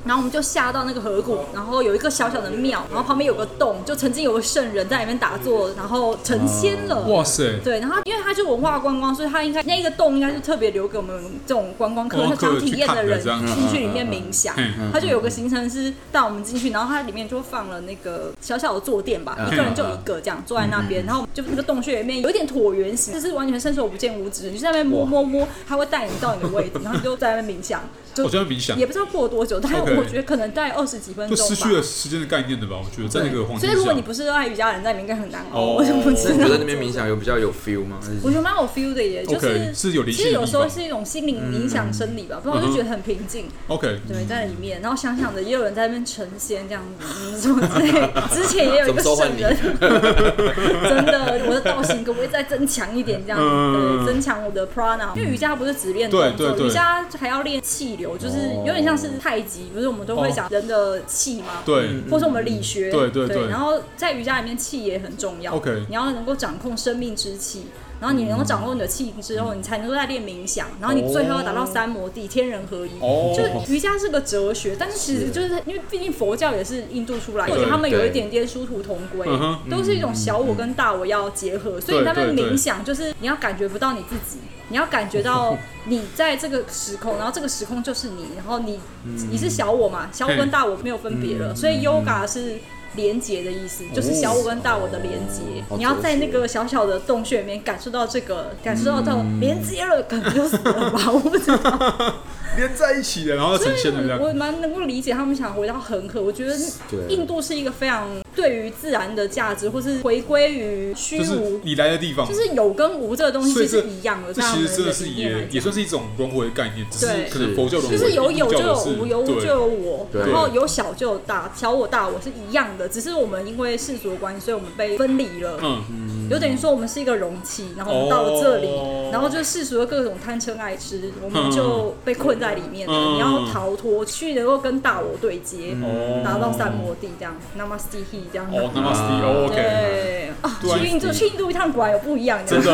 [SPEAKER 3] 然后我们就下到那个河
[SPEAKER 1] 嗯
[SPEAKER 3] 谷，然后有一个小小的庙，然后旁边有个洞，就曾经有个圣人在里面打坐，然后成仙了。
[SPEAKER 1] 哇塞，
[SPEAKER 3] 对，然后因为它就文化观光，所以它应该那个洞应该是特别留给我们这种观光客、
[SPEAKER 1] 观
[SPEAKER 3] 他
[SPEAKER 1] 光客
[SPEAKER 3] 想体验的人
[SPEAKER 1] 去看的这样
[SPEAKER 3] 进去里面冥想
[SPEAKER 1] 啊嗯嗯嗯。
[SPEAKER 3] 它就有个行程是带我们进去，然后它里面就放了那个小小的坐垫吧，
[SPEAKER 2] 嗯
[SPEAKER 3] 一个人就一个这样坐在那
[SPEAKER 1] 嗯
[SPEAKER 3] 边，然后就那个洞穴里面有一点椭圆形，就是完全伸手不见五指，你就在那边摸摸摸，它会带你到你的位置，然后你就在那边冥想，
[SPEAKER 1] 我
[SPEAKER 3] 就
[SPEAKER 1] 这样冥想
[SPEAKER 3] 也不知道过了多久，但是
[SPEAKER 1] OK
[SPEAKER 3] 我觉得可能在二十几分
[SPEAKER 1] 就
[SPEAKER 3] 钟
[SPEAKER 1] 失
[SPEAKER 3] 吧
[SPEAKER 1] 去。了时间的概念的吧？我觉得在那个环
[SPEAKER 3] 所
[SPEAKER 1] 境
[SPEAKER 3] 以
[SPEAKER 1] 下，
[SPEAKER 3] 如果你不是热爱瑜伽的人，在里面应该很难熬。
[SPEAKER 1] 哦
[SPEAKER 3] 我就不
[SPEAKER 2] 那
[SPEAKER 3] 知
[SPEAKER 2] 你
[SPEAKER 3] 道
[SPEAKER 2] 觉。得那边冥想有比较有 feel 吗？还是
[SPEAKER 3] 我觉得蛮有 feel 的耶，就
[SPEAKER 1] OK，
[SPEAKER 3] 是
[SPEAKER 1] 是有灵
[SPEAKER 3] 其
[SPEAKER 1] 性的地
[SPEAKER 3] 实有
[SPEAKER 1] 方嗯
[SPEAKER 3] 时候是一种心灵冥想生理吧，不然我就觉得很平静。
[SPEAKER 1] OK，
[SPEAKER 3] 对，在里面，然后想想的，也有人在那边成仙这样子，嗯什么之类的。之前也有一个圣人， 真的，我的道行可不可以再增强一点？这样子，
[SPEAKER 1] 嗯
[SPEAKER 3] 对，增强我的 prana。因为瑜伽不是只练动
[SPEAKER 1] 对
[SPEAKER 3] 作，
[SPEAKER 1] 对对
[SPEAKER 3] 瑜伽还要练气流，就是有点像是太极，不是我们
[SPEAKER 1] 哦
[SPEAKER 3] 都会讲人的气吗？
[SPEAKER 1] 对
[SPEAKER 3] 或是我们理学，
[SPEAKER 1] 对对对
[SPEAKER 3] 然后在瑜伽里面，气也很重要。
[SPEAKER 1] OK
[SPEAKER 3] 你要能够掌控生命之气，然后你能够掌控你的气之
[SPEAKER 1] 嗯
[SPEAKER 3] 后，你才能够再练冥想，然后你最后要达到三摩地，天人合一。
[SPEAKER 1] 哦
[SPEAKER 3] 就瑜伽是个哲学，但是其实就是因为毕竟佛教也是印度出来，
[SPEAKER 1] 对
[SPEAKER 3] 我觉得他们有
[SPEAKER 2] 对
[SPEAKER 3] 一点点殊途同归
[SPEAKER 1] 嗯哼，
[SPEAKER 3] 都是一种小我跟大我要结合，所以
[SPEAKER 1] 对
[SPEAKER 3] 他们
[SPEAKER 1] 对对
[SPEAKER 3] 冥想就是你要感觉不到你自己，你要感觉到你在这个时空，然后这个时空就是你，然后你
[SPEAKER 1] 嗯
[SPEAKER 3] 你是小我嘛，小我跟大我没有分别了，所以 yoga 是。连接的意思就是
[SPEAKER 1] 哦
[SPEAKER 3] 小我跟大我的连接，
[SPEAKER 2] 哦
[SPEAKER 3] 你要在那个小小的洞穴里面感受到这个，感受到到
[SPEAKER 2] 嗯
[SPEAKER 3] 连接了，可能就死了吧，我不知道。
[SPEAKER 1] 连在一起的，然后再呈现的这样。
[SPEAKER 3] 我蛮能够理解他们想回到恒河。我觉得
[SPEAKER 2] 对
[SPEAKER 3] 印度是一个非常对于自然的价值，或是回归于虚
[SPEAKER 1] 就是
[SPEAKER 3] 无，
[SPEAKER 1] 你来的地方
[SPEAKER 3] 就，是有跟无这个东西
[SPEAKER 1] 所以
[SPEAKER 3] 其
[SPEAKER 1] 这
[SPEAKER 3] 实一样的。
[SPEAKER 1] 这
[SPEAKER 3] 在他
[SPEAKER 1] 其
[SPEAKER 3] 们
[SPEAKER 1] 实真的是
[SPEAKER 3] 理念来
[SPEAKER 1] 也
[SPEAKER 3] 讲
[SPEAKER 1] 也算是一种轮回的概念，只是
[SPEAKER 3] 对
[SPEAKER 1] 可能佛教轮回，
[SPEAKER 3] 就是有
[SPEAKER 1] 印
[SPEAKER 3] 有
[SPEAKER 1] 度
[SPEAKER 3] 就
[SPEAKER 1] 教
[SPEAKER 3] 有
[SPEAKER 1] 的是
[SPEAKER 3] 无，有无就
[SPEAKER 1] 对
[SPEAKER 3] 有我，
[SPEAKER 2] 对
[SPEAKER 3] 然后有小就有大，小我大我是一样的，只是我们因为世俗的关系，所以我们被分离了。
[SPEAKER 1] 嗯，
[SPEAKER 3] 有等于说我们是一个容器，然后我们到了这里，
[SPEAKER 1] 哦
[SPEAKER 3] 然后就世俗的各种贪嗔爱痴，我们就被困在里面了。
[SPEAKER 1] 嗯
[SPEAKER 3] 你要逃脱，去能够跟大我对接，
[SPEAKER 1] 哦
[SPEAKER 3] 达到三摩地这样，Namaste He 这样。
[SPEAKER 1] 哦，Namaste，哦，OK，
[SPEAKER 3] 对啊，
[SPEAKER 1] 对啊
[SPEAKER 3] 去印度去印度一趟果然有不一样，
[SPEAKER 1] 真，的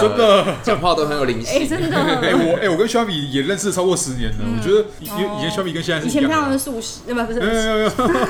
[SPEAKER 1] 真的。
[SPEAKER 2] 讲话都很有灵
[SPEAKER 3] 哎，
[SPEAKER 2] 性。
[SPEAKER 3] 真
[SPEAKER 1] 哎、
[SPEAKER 3] 的。
[SPEAKER 1] 我哎、我跟肖米也认识超过十年了，我觉得以
[SPEAKER 3] 哦
[SPEAKER 1] 以前肖米跟现在是
[SPEAKER 3] 以
[SPEAKER 1] 一
[SPEAKER 3] 前非
[SPEAKER 1] 样
[SPEAKER 3] 常
[SPEAKER 1] 的
[SPEAKER 3] 的。素食，呃，不不是，
[SPEAKER 1] 没有没有没有，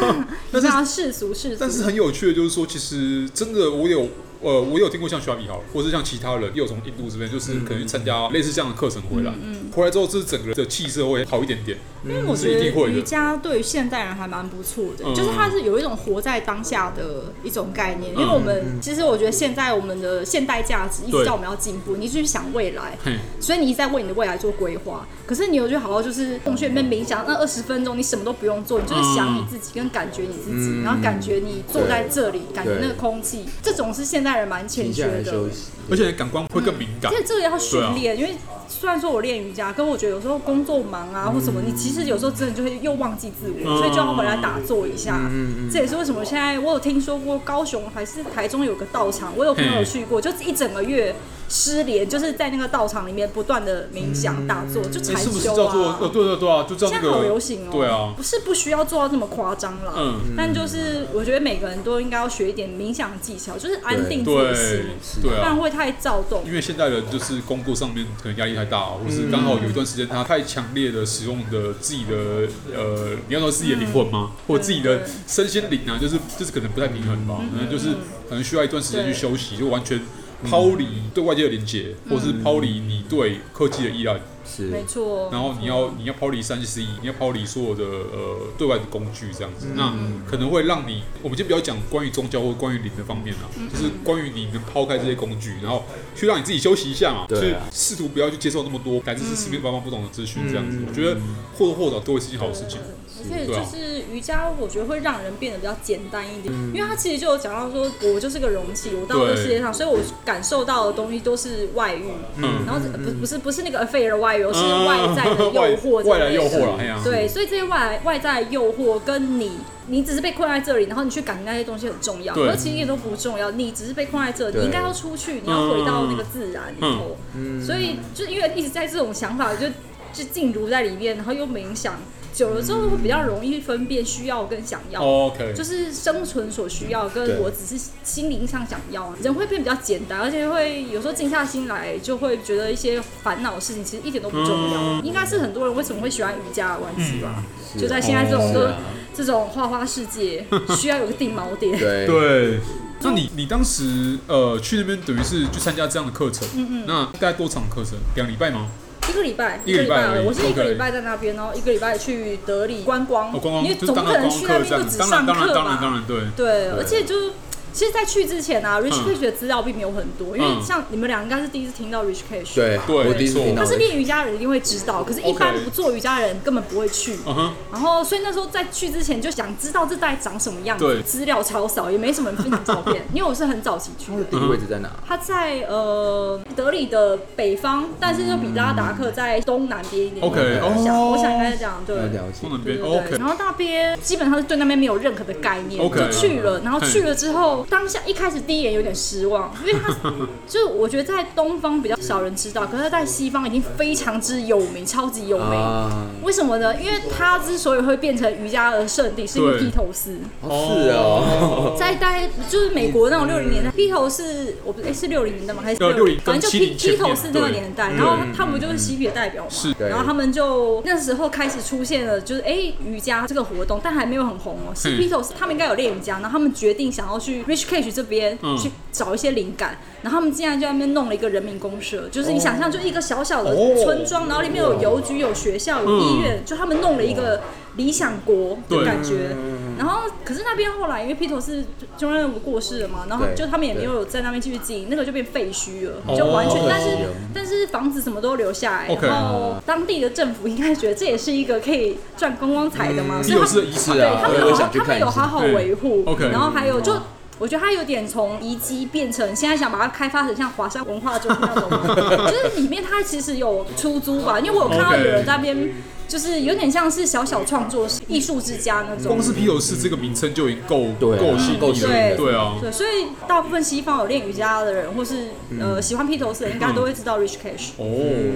[SPEAKER 3] 非常世俗世
[SPEAKER 1] 但是
[SPEAKER 3] 俗。
[SPEAKER 1] 很有趣的，就是说，其实真的我有。呃，我有听过像肖米好了，或是像其他人，也有从印度这边，就是可能去参加类似这样的课程回来，
[SPEAKER 3] 嗯
[SPEAKER 1] 回来之后，这整个的气色会好一点点。
[SPEAKER 3] 因为我
[SPEAKER 1] 是一
[SPEAKER 3] 觉
[SPEAKER 1] 定会
[SPEAKER 3] 得
[SPEAKER 1] 的
[SPEAKER 3] 瑜伽对于现代人还蛮不错的，
[SPEAKER 1] 嗯
[SPEAKER 3] 就是它是有一种活在当下的一种概念。因为我们其实我觉得现在我们的现代价值一
[SPEAKER 1] 嗯
[SPEAKER 3] 直
[SPEAKER 1] 对
[SPEAKER 3] 叫我们要进步，你一直去想未来，
[SPEAKER 1] 嘿，
[SPEAKER 3] 所以你一直在为你的未来做规划。可是你有去好好就是洞穴里面冥想那二十分钟，你什么都不用做，你就是
[SPEAKER 1] 嗯
[SPEAKER 3] 想你自己跟感觉你自己，
[SPEAKER 2] 嗯
[SPEAKER 3] 然后感觉你坐在这里，感觉那
[SPEAKER 2] 对
[SPEAKER 3] 个空气，这种是现代人蛮欠
[SPEAKER 2] 停下
[SPEAKER 3] 缺
[SPEAKER 2] 来
[SPEAKER 3] 的。
[SPEAKER 2] 休息，
[SPEAKER 1] 而且感官会更敏感
[SPEAKER 3] 因。为这
[SPEAKER 1] 啊
[SPEAKER 3] 个要训练，因为虽然说我练瑜伽，可我觉得有时候工作忙啊或什么，你其实有时候真的就会又忘记自我，
[SPEAKER 1] 嗯
[SPEAKER 3] 所以就要回来打坐一下。
[SPEAKER 2] 嗯
[SPEAKER 3] 这也是为什么现在我有听说过高雄还是台中有个道场，我有朋友去过，就是一整个月失联，就是在那个道场里面不断的冥想打坐，就
[SPEAKER 1] 哎
[SPEAKER 3] 禅
[SPEAKER 1] 是不是
[SPEAKER 3] 修
[SPEAKER 1] 叫做
[SPEAKER 3] 啊。
[SPEAKER 1] 呃，对对对啊，就叫那
[SPEAKER 3] 现
[SPEAKER 1] 个
[SPEAKER 3] 在好流行哦、
[SPEAKER 1] 对啊，
[SPEAKER 3] 不是不需要做到这么夸张啦，
[SPEAKER 1] 嗯，
[SPEAKER 3] 但就是我觉得每个人都应该要学一点冥想技巧，就是安定自己的心
[SPEAKER 1] 对，对
[SPEAKER 3] 不然
[SPEAKER 1] 啊。
[SPEAKER 3] 会太躁动。
[SPEAKER 1] 因为现代人就是工作上面可能压力太大，或是刚好有一段时间他太强烈的使用的自己的呃，你要说自己的灵魂吗？或者自己的身心灵啊，就是就是可能不太平衡吧，可能就是可能需要一段时间去休息，就完全抛离对外界的连接，或是抛离你对科技的依赖，
[SPEAKER 2] 是
[SPEAKER 3] 没错，
[SPEAKER 1] 然后你
[SPEAKER 3] 哦
[SPEAKER 1] 要你要抛离三 C，你要抛离所有的呃对外的工具这样
[SPEAKER 3] 嗯
[SPEAKER 1] 子，那可能会让你，我们先不要讲关于宗教或关于灵的方面啦，
[SPEAKER 3] 嗯
[SPEAKER 1] 就是关于你能抛开这些工具，然后去让你自己休息一下嘛，
[SPEAKER 2] 对啊
[SPEAKER 1] 就是试图不要去接受那么多来
[SPEAKER 3] 嗯
[SPEAKER 1] 自四面八方不同的资讯这
[SPEAKER 2] 嗯
[SPEAKER 1] 样子，我觉得或多或少都会是件好事情。
[SPEAKER 3] 而且
[SPEAKER 1] 对
[SPEAKER 3] 就
[SPEAKER 1] 啊
[SPEAKER 3] 是瑜伽，我觉得会让人变得比较简单一点，
[SPEAKER 1] 嗯
[SPEAKER 3] 因为它其实就有讲到说，我就是个容器，我到这
[SPEAKER 1] 对
[SPEAKER 3] 世界上，所以我感受到的东西都是外遇，
[SPEAKER 1] 嗯
[SPEAKER 3] 然后呃不不是不是那个 affair 的外遇，呃而是外在 的诱惑
[SPEAKER 1] 外
[SPEAKER 3] 之
[SPEAKER 1] 来
[SPEAKER 3] 类
[SPEAKER 1] 诱惑
[SPEAKER 3] 的。
[SPEAKER 1] 了，哎呀，
[SPEAKER 3] 对，所以这些外外在的诱惑跟你，你只是被困在这里，然后你去感觉那些东西很重要，
[SPEAKER 1] 对
[SPEAKER 3] 而其实也都不重要，你只是被困在这里，
[SPEAKER 2] 对
[SPEAKER 3] 你应该要出去，你要回到那个自然里头。所以就因为一直在这种想法，就就进入在里面，然后又冥想，久了之后会比较容易分辨需要跟想要。
[SPEAKER 1] 嗯，OK，
[SPEAKER 3] 就是生存所需要，跟
[SPEAKER 2] 对
[SPEAKER 3] 我只是心灵上想要，人会变比较简单，而且会有时候静下心来，就会觉得一些烦恼的事情其实一点都不重要，
[SPEAKER 1] 嗯
[SPEAKER 3] 应该是很多人为什么会喜欢瑜伽的关系吧。就在现在这
[SPEAKER 1] 哦
[SPEAKER 3] 种
[SPEAKER 2] 是
[SPEAKER 3] 都、
[SPEAKER 2] 啊
[SPEAKER 3] 这种花花世界，需要有个定锚点。
[SPEAKER 2] 对，
[SPEAKER 1] 对，那你你当时呃去那边等于是去参加这样的课程，嗯嗯，那大概多长课程？两礼拜吗？
[SPEAKER 3] 一个礼拜，啊
[SPEAKER 1] 一个礼拜而已
[SPEAKER 3] 我是一个
[SPEAKER 1] OK
[SPEAKER 3] 礼拜在那边，然后一个礼拜去德里观光，
[SPEAKER 1] 哦，观光
[SPEAKER 3] 因为
[SPEAKER 1] 就是
[SPEAKER 3] 总
[SPEAKER 1] 当
[SPEAKER 3] 不
[SPEAKER 1] 观
[SPEAKER 3] 能
[SPEAKER 1] 光
[SPEAKER 3] 去那
[SPEAKER 1] 课
[SPEAKER 3] 边
[SPEAKER 1] 这
[SPEAKER 3] 就
[SPEAKER 1] 样子，
[SPEAKER 3] 只
[SPEAKER 1] 当然
[SPEAKER 3] 上
[SPEAKER 1] 当然
[SPEAKER 3] 课
[SPEAKER 1] 当然当
[SPEAKER 3] 吧？
[SPEAKER 1] 然对，
[SPEAKER 3] 对，而且就是其实，在去之前啊，Rich
[SPEAKER 1] 嗯
[SPEAKER 3] Cage 的资料并没有很多，因为
[SPEAKER 1] 嗯
[SPEAKER 3] 像你们俩应该是第一次听到 Rich Cage。
[SPEAKER 2] 对，
[SPEAKER 1] 对
[SPEAKER 2] 我第一次听到
[SPEAKER 3] 他
[SPEAKER 2] 的。
[SPEAKER 3] 是练瑜伽的人一定会知道，可是，一般
[SPEAKER 1] OK
[SPEAKER 3] 不做瑜伽的人根本不会去。
[SPEAKER 1] 嗯哼，
[SPEAKER 3] 然后，所以那时候在去之前就想知道这大概长什么样
[SPEAKER 1] 对
[SPEAKER 3] 子，资料超少，也没什么人分享照 片。因为我是很早期去
[SPEAKER 2] 它
[SPEAKER 3] 的
[SPEAKER 2] 的，地理位置在哪？
[SPEAKER 3] 它在呃德里的北方，但是就比拉达克在东南边一点。
[SPEAKER 1] OK，
[SPEAKER 3] 我想
[SPEAKER 1] 哦
[SPEAKER 3] 我想应该是这样，对。
[SPEAKER 2] 要
[SPEAKER 3] 对
[SPEAKER 2] 了解
[SPEAKER 1] 不。能
[SPEAKER 3] 对
[SPEAKER 1] 变
[SPEAKER 3] 对
[SPEAKER 1] OK
[SPEAKER 3] 对，。然后那边基本上是对那边没有任何的概念
[SPEAKER 1] OK 嗯
[SPEAKER 3] 就去了。然后
[SPEAKER 1] 嘿
[SPEAKER 3] 去了之后，当下一开始第一眼有点失望，因为它 就是我觉得在东方比较少人知道，可是它在西方已经非常之有名，超级有名。
[SPEAKER 2] 啊，
[SPEAKER 3] 为什么呢？因为它之所以会变成瑜伽的圣地，是因为
[SPEAKER 1] 对
[SPEAKER 3] 披头士。
[SPEAKER 2] 哦是 哦，
[SPEAKER 3] 在大概就是美国那种六零
[SPEAKER 1] 嗯
[SPEAKER 3] 年代，披头士，我不哎、是六零年代吗？还是
[SPEAKER 1] 呃
[SPEAKER 3] 60
[SPEAKER 1] 60
[SPEAKER 3] 反正就
[SPEAKER 1] 跟
[SPEAKER 3] 披
[SPEAKER 1] 70
[SPEAKER 3] 披头士那个
[SPEAKER 1] 前面
[SPEAKER 3] 年代，
[SPEAKER 1] 对
[SPEAKER 3] 然后他们就是嬉皮的代表嘛。
[SPEAKER 1] 是
[SPEAKER 2] 对
[SPEAKER 3] 然后他们就那时候开始出现了，就是哎、瑜伽这个活动，但还没有很红哦。是
[SPEAKER 1] 嗯
[SPEAKER 3] 披头士他们应该有练瑜伽，然后他们决定想要去 Rich Cage 这边、
[SPEAKER 1] 嗯
[SPEAKER 3] 去找一些灵感，然后他们竟然就在那边弄了一个人民公社，就是你想象就一个小小的
[SPEAKER 1] 哦嗯
[SPEAKER 3] 村庄，然后里面有邮局、有学校、有医院，就他们弄了一个理想国的
[SPEAKER 1] 对
[SPEAKER 3] 感觉。
[SPEAKER 2] 嗯
[SPEAKER 3] 然后，可是那边后来因为披头士中任务过世了嘛，然后
[SPEAKER 2] 对
[SPEAKER 3] 就他们也没有在那边继续经营，那个就变废墟了，
[SPEAKER 1] 哦
[SPEAKER 3] 就完全。
[SPEAKER 1] 好可
[SPEAKER 3] 但是
[SPEAKER 2] 惜哦
[SPEAKER 3] 但是房子什么都留下来，
[SPEAKER 1] OK
[SPEAKER 3] 然后当地的政府应该觉得这也是一个可以赚观光财的
[SPEAKER 2] 嗯
[SPEAKER 3] 嘛，
[SPEAKER 1] 披
[SPEAKER 3] 所以
[SPEAKER 1] 头
[SPEAKER 3] 他
[SPEAKER 1] 士
[SPEAKER 3] 们
[SPEAKER 1] 的仪式
[SPEAKER 2] 是
[SPEAKER 3] 对
[SPEAKER 2] 啊，
[SPEAKER 3] 他们
[SPEAKER 2] 我
[SPEAKER 3] 有
[SPEAKER 2] 也
[SPEAKER 3] 好
[SPEAKER 2] 想去
[SPEAKER 3] 他
[SPEAKER 2] 看
[SPEAKER 3] 们
[SPEAKER 2] 一嗯
[SPEAKER 3] 有好
[SPEAKER 2] 下。
[SPEAKER 3] 好维护
[SPEAKER 1] 对 OK
[SPEAKER 3] 然后还有就。我觉得它有点从遗迹变成现在想把它开发成像华山文化中心那种， 就是里面它其实有出租吧，因为我有看到
[SPEAKER 1] OK
[SPEAKER 3] 有人在那边就是有点像是小小创作艺术之家那种
[SPEAKER 1] 光。是披头士这个名称就已经够
[SPEAKER 2] 对啊
[SPEAKER 1] 够吸
[SPEAKER 2] 够
[SPEAKER 1] 引
[SPEAKER 2] 吸
[SPEAKER 1] 人
[SPEAKER 2] 引
[SPEAKER 1] 了，
[SPEAKER 3] 人
[SPEAKER 1] 对啊，
[SPEAKER 3] 对，所以大部分西方有练瑜伽的人，或是
[SPEAKER 1] 嗯
[SPEAKER 3] 呃喜欢披头士的人，应该都会知道 Rich Cash。
[SPEAKER 1] 哦，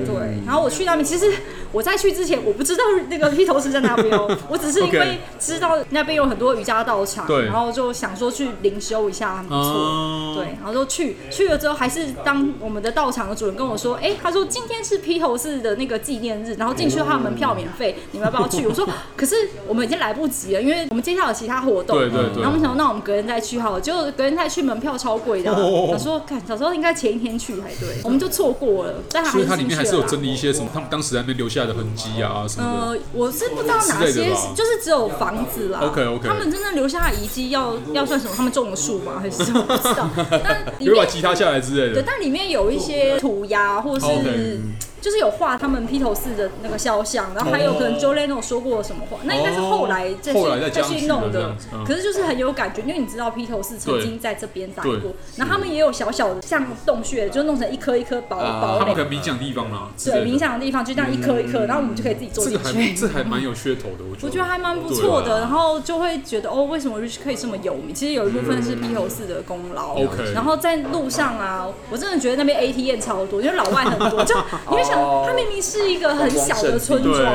[SPEAKER 3] 对，然后我去那边，其实我在去之前我不知道那个披头士在那边 哦，我只是因
[SPEAKER 1] OK
[SPEAKER 3] 为知道那边有很多瑜伽道场，
[SPEAKER 1] 对
[SPEAKER 3] 然后就想说去灵修一下，很不错。
[SPEAKER 1] 啊
[SPEAKER 3] 对，，然后就去去了之后，还是当我们的道场的主人跟我说，哎、他说今天是披头士的那个纪念日，然后进去的话门票免费，你们要不要去？我 说，可是我们已经来不及了，因为我们接下来有其他活动。
[SPEAKER 1] 对对对
[SPEAKER 3] 然后我们想说，那我们隔天再去好了，结果隔天再去门票超贵的啊、
[SPEAKER 1] 哦哦哦
[SPEAKER 3] 想说，看小时候应该前一天去才对，我们就错过了。但
[SPEAKER 1] 所以它
[SPEAKER 3] 还
[SPEAKER 1] 里面还
[SPEAKER 3] 进
[SPEAKER 1] 是
[SPEAKER 3] 去
[SPEAKER 1] 有
[SPEAKER 3] 了啊啦
[SPEAKER 1] 整理一些什么他们当时在那边留下来的痕迹啊什么
[SPEAKER 3] 呃，我是不知道哪
[SPEAKER 1] 之类
[SPEAKER 3] 些
[SPEAKER 1] 的吧，
[SPEAKER 3] 就是只有房子啦。
[SPEAKER 1] OK，OK
[SPEAKER 3] 他们真的留下遗迹要要算什么？他们种了树吗？还是什么？不知道。但
[SPEAKER 1] 的，
[SPEAKER 3] 里
[SPEAKER 1] 有把
[SPEAKER 3] 面
[SPEAKER 1] 吉他下来之类
[SPEAKER 3] 嗯
[SPEAKER 1] 的，
[SPEAKER 3] 对，但里面有一些涂鸦，或是
[SPEAKER 1] 哦 OK 哦
[SPEAKER 3] 就是有画他们披头士的那个肖像，然后还有可能 Joe Leno 说过什么话，那应该是后来再去
[SPEAKER 1] 后来再加上去
[SPEAKER 3] 去
[SPEAKER 1] 的
[SPEAKER 3] 弄
[SPEAKER 1] 这样
[SPEAKER 3] 的
[SPEAKER 1] 子嗯。
[SPEAKER 3] 可是就是很有感觉，因为你知道披头士曾经在这边待
[SPEAKER 1] 对
[SPEAKER 3] 过，然后他们也有小小的像洞穴，就弄成一颗一颗堡
[SPEAKER 2] 啊
[SPEAKER 3] 堡
[SPEAKER 1] 他们
[SPEAKER 3] 垒
[SPEAKER 1] 可。能冥想的地方啦，之类
[SPEAKER 3] 对，
[SPEAKER 1] 的
[SPEAKER 3] 冥想的地方就这样一颗一
[SPEAKER 1] 嗯
[SPEAKER 3] 颗，然后我们就可以自己做
[SPEAKER 1] 这
[SPEAKER 3] 进
[SPEAKER 1] 个还
[SPEAKER 3] 去。
[SPEAKER 1] 这还蛮有噱头的，我觉得，
[SPEAKER 3] 我觉得还蛮不错
[SPEAKER 1] 对
[SPEAKER 3] 的，
[SPEAKER 1] 啊
[SPEAKER 3] 然后就会觉得哦，为什么 Rich 可以这么有名？其实有一部分是披头士的功劳。
[SPEAKER 1] OK
[SPEAKER 3] 然后在路上啊，我真的觉得那边 ATM 超多，因为老外很 多，就你会想
[SPEAKER 2] 哦，
[SPEAKER 3] 它明明是一个很小的村
[SPEAKER 1] 对
[SPEAKER 3] 庄。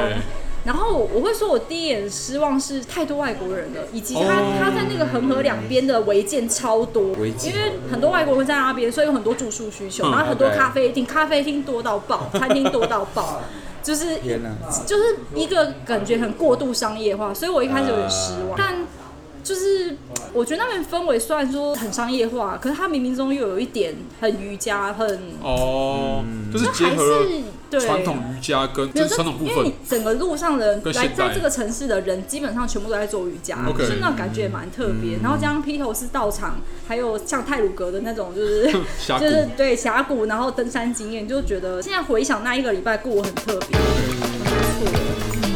[SPEAKER 3] 然后我我会说，我第一眼失望是太多外国人了，以及他、
[SPEAKER 1] 哦
[SPEAKER 3] 他在那个恒河两边的违建超多，
[SPEAKER 2] 违建
[SPEAKER 3] 因为很多外国人会在那边，所以有很多住宿需求，
[SPEAKER 1] 嗯
[SPEAKER 3] 然后很多
[SPEAKER 2] OK
[SPEAKER 3] 咖啡厅，咖啡厅多到爆，餐厅多到爆，就是
[SPEAKER 2] 天哪！
[SPEAKER 3] 就是一个感觉很过度商业化，所以我一开始有点失望。
[SPEAKER 2] 啊
[SPEAKER 3] 但就是我觉得那边氛围虽然说很商业化，可是它冥冥中又有一点很瑜伽，很
[SPEAKER 1] 哦，
[SPEAKER 2] 嗯
[SPEAKER 1] 就是
[SPEAKER 3] 就
[SPEAKER 1] 结
[SPEAKER 3] 还
[SPEAKER 1] 合了
[SPEAKER 3] 是对
[SPEAKER 1] 传统瑜伽跟
[SPEAKER 3] 没
[SPEAKER 1] 就
[SPEAKER 3] 有
[SPEAKER 1] 是传统部
[SPEAKER 3] 因为
[SPEAKER 1] 分
[SPEAKER 3] 你整个路上的人
[SPEAKER 1] 跟
[SPEAKER 3] 来
[SPEAKER 1] 现代
[SPEAKER 3] 在这个城市的人，基本上全部都在做瑜伽，
[SPEAKER 1] OK 嗯
[SPEAKER 3] 所以那感觉也蛮特别。然后加上披头士道场，还有像泰鲁格的那种，就是
[SPEAKER 1] 峡谷
[SPEAKER 3] 就是对峡谷，然后登山经验，就觉得现在回想那一个礼拜过得很特别，很不错。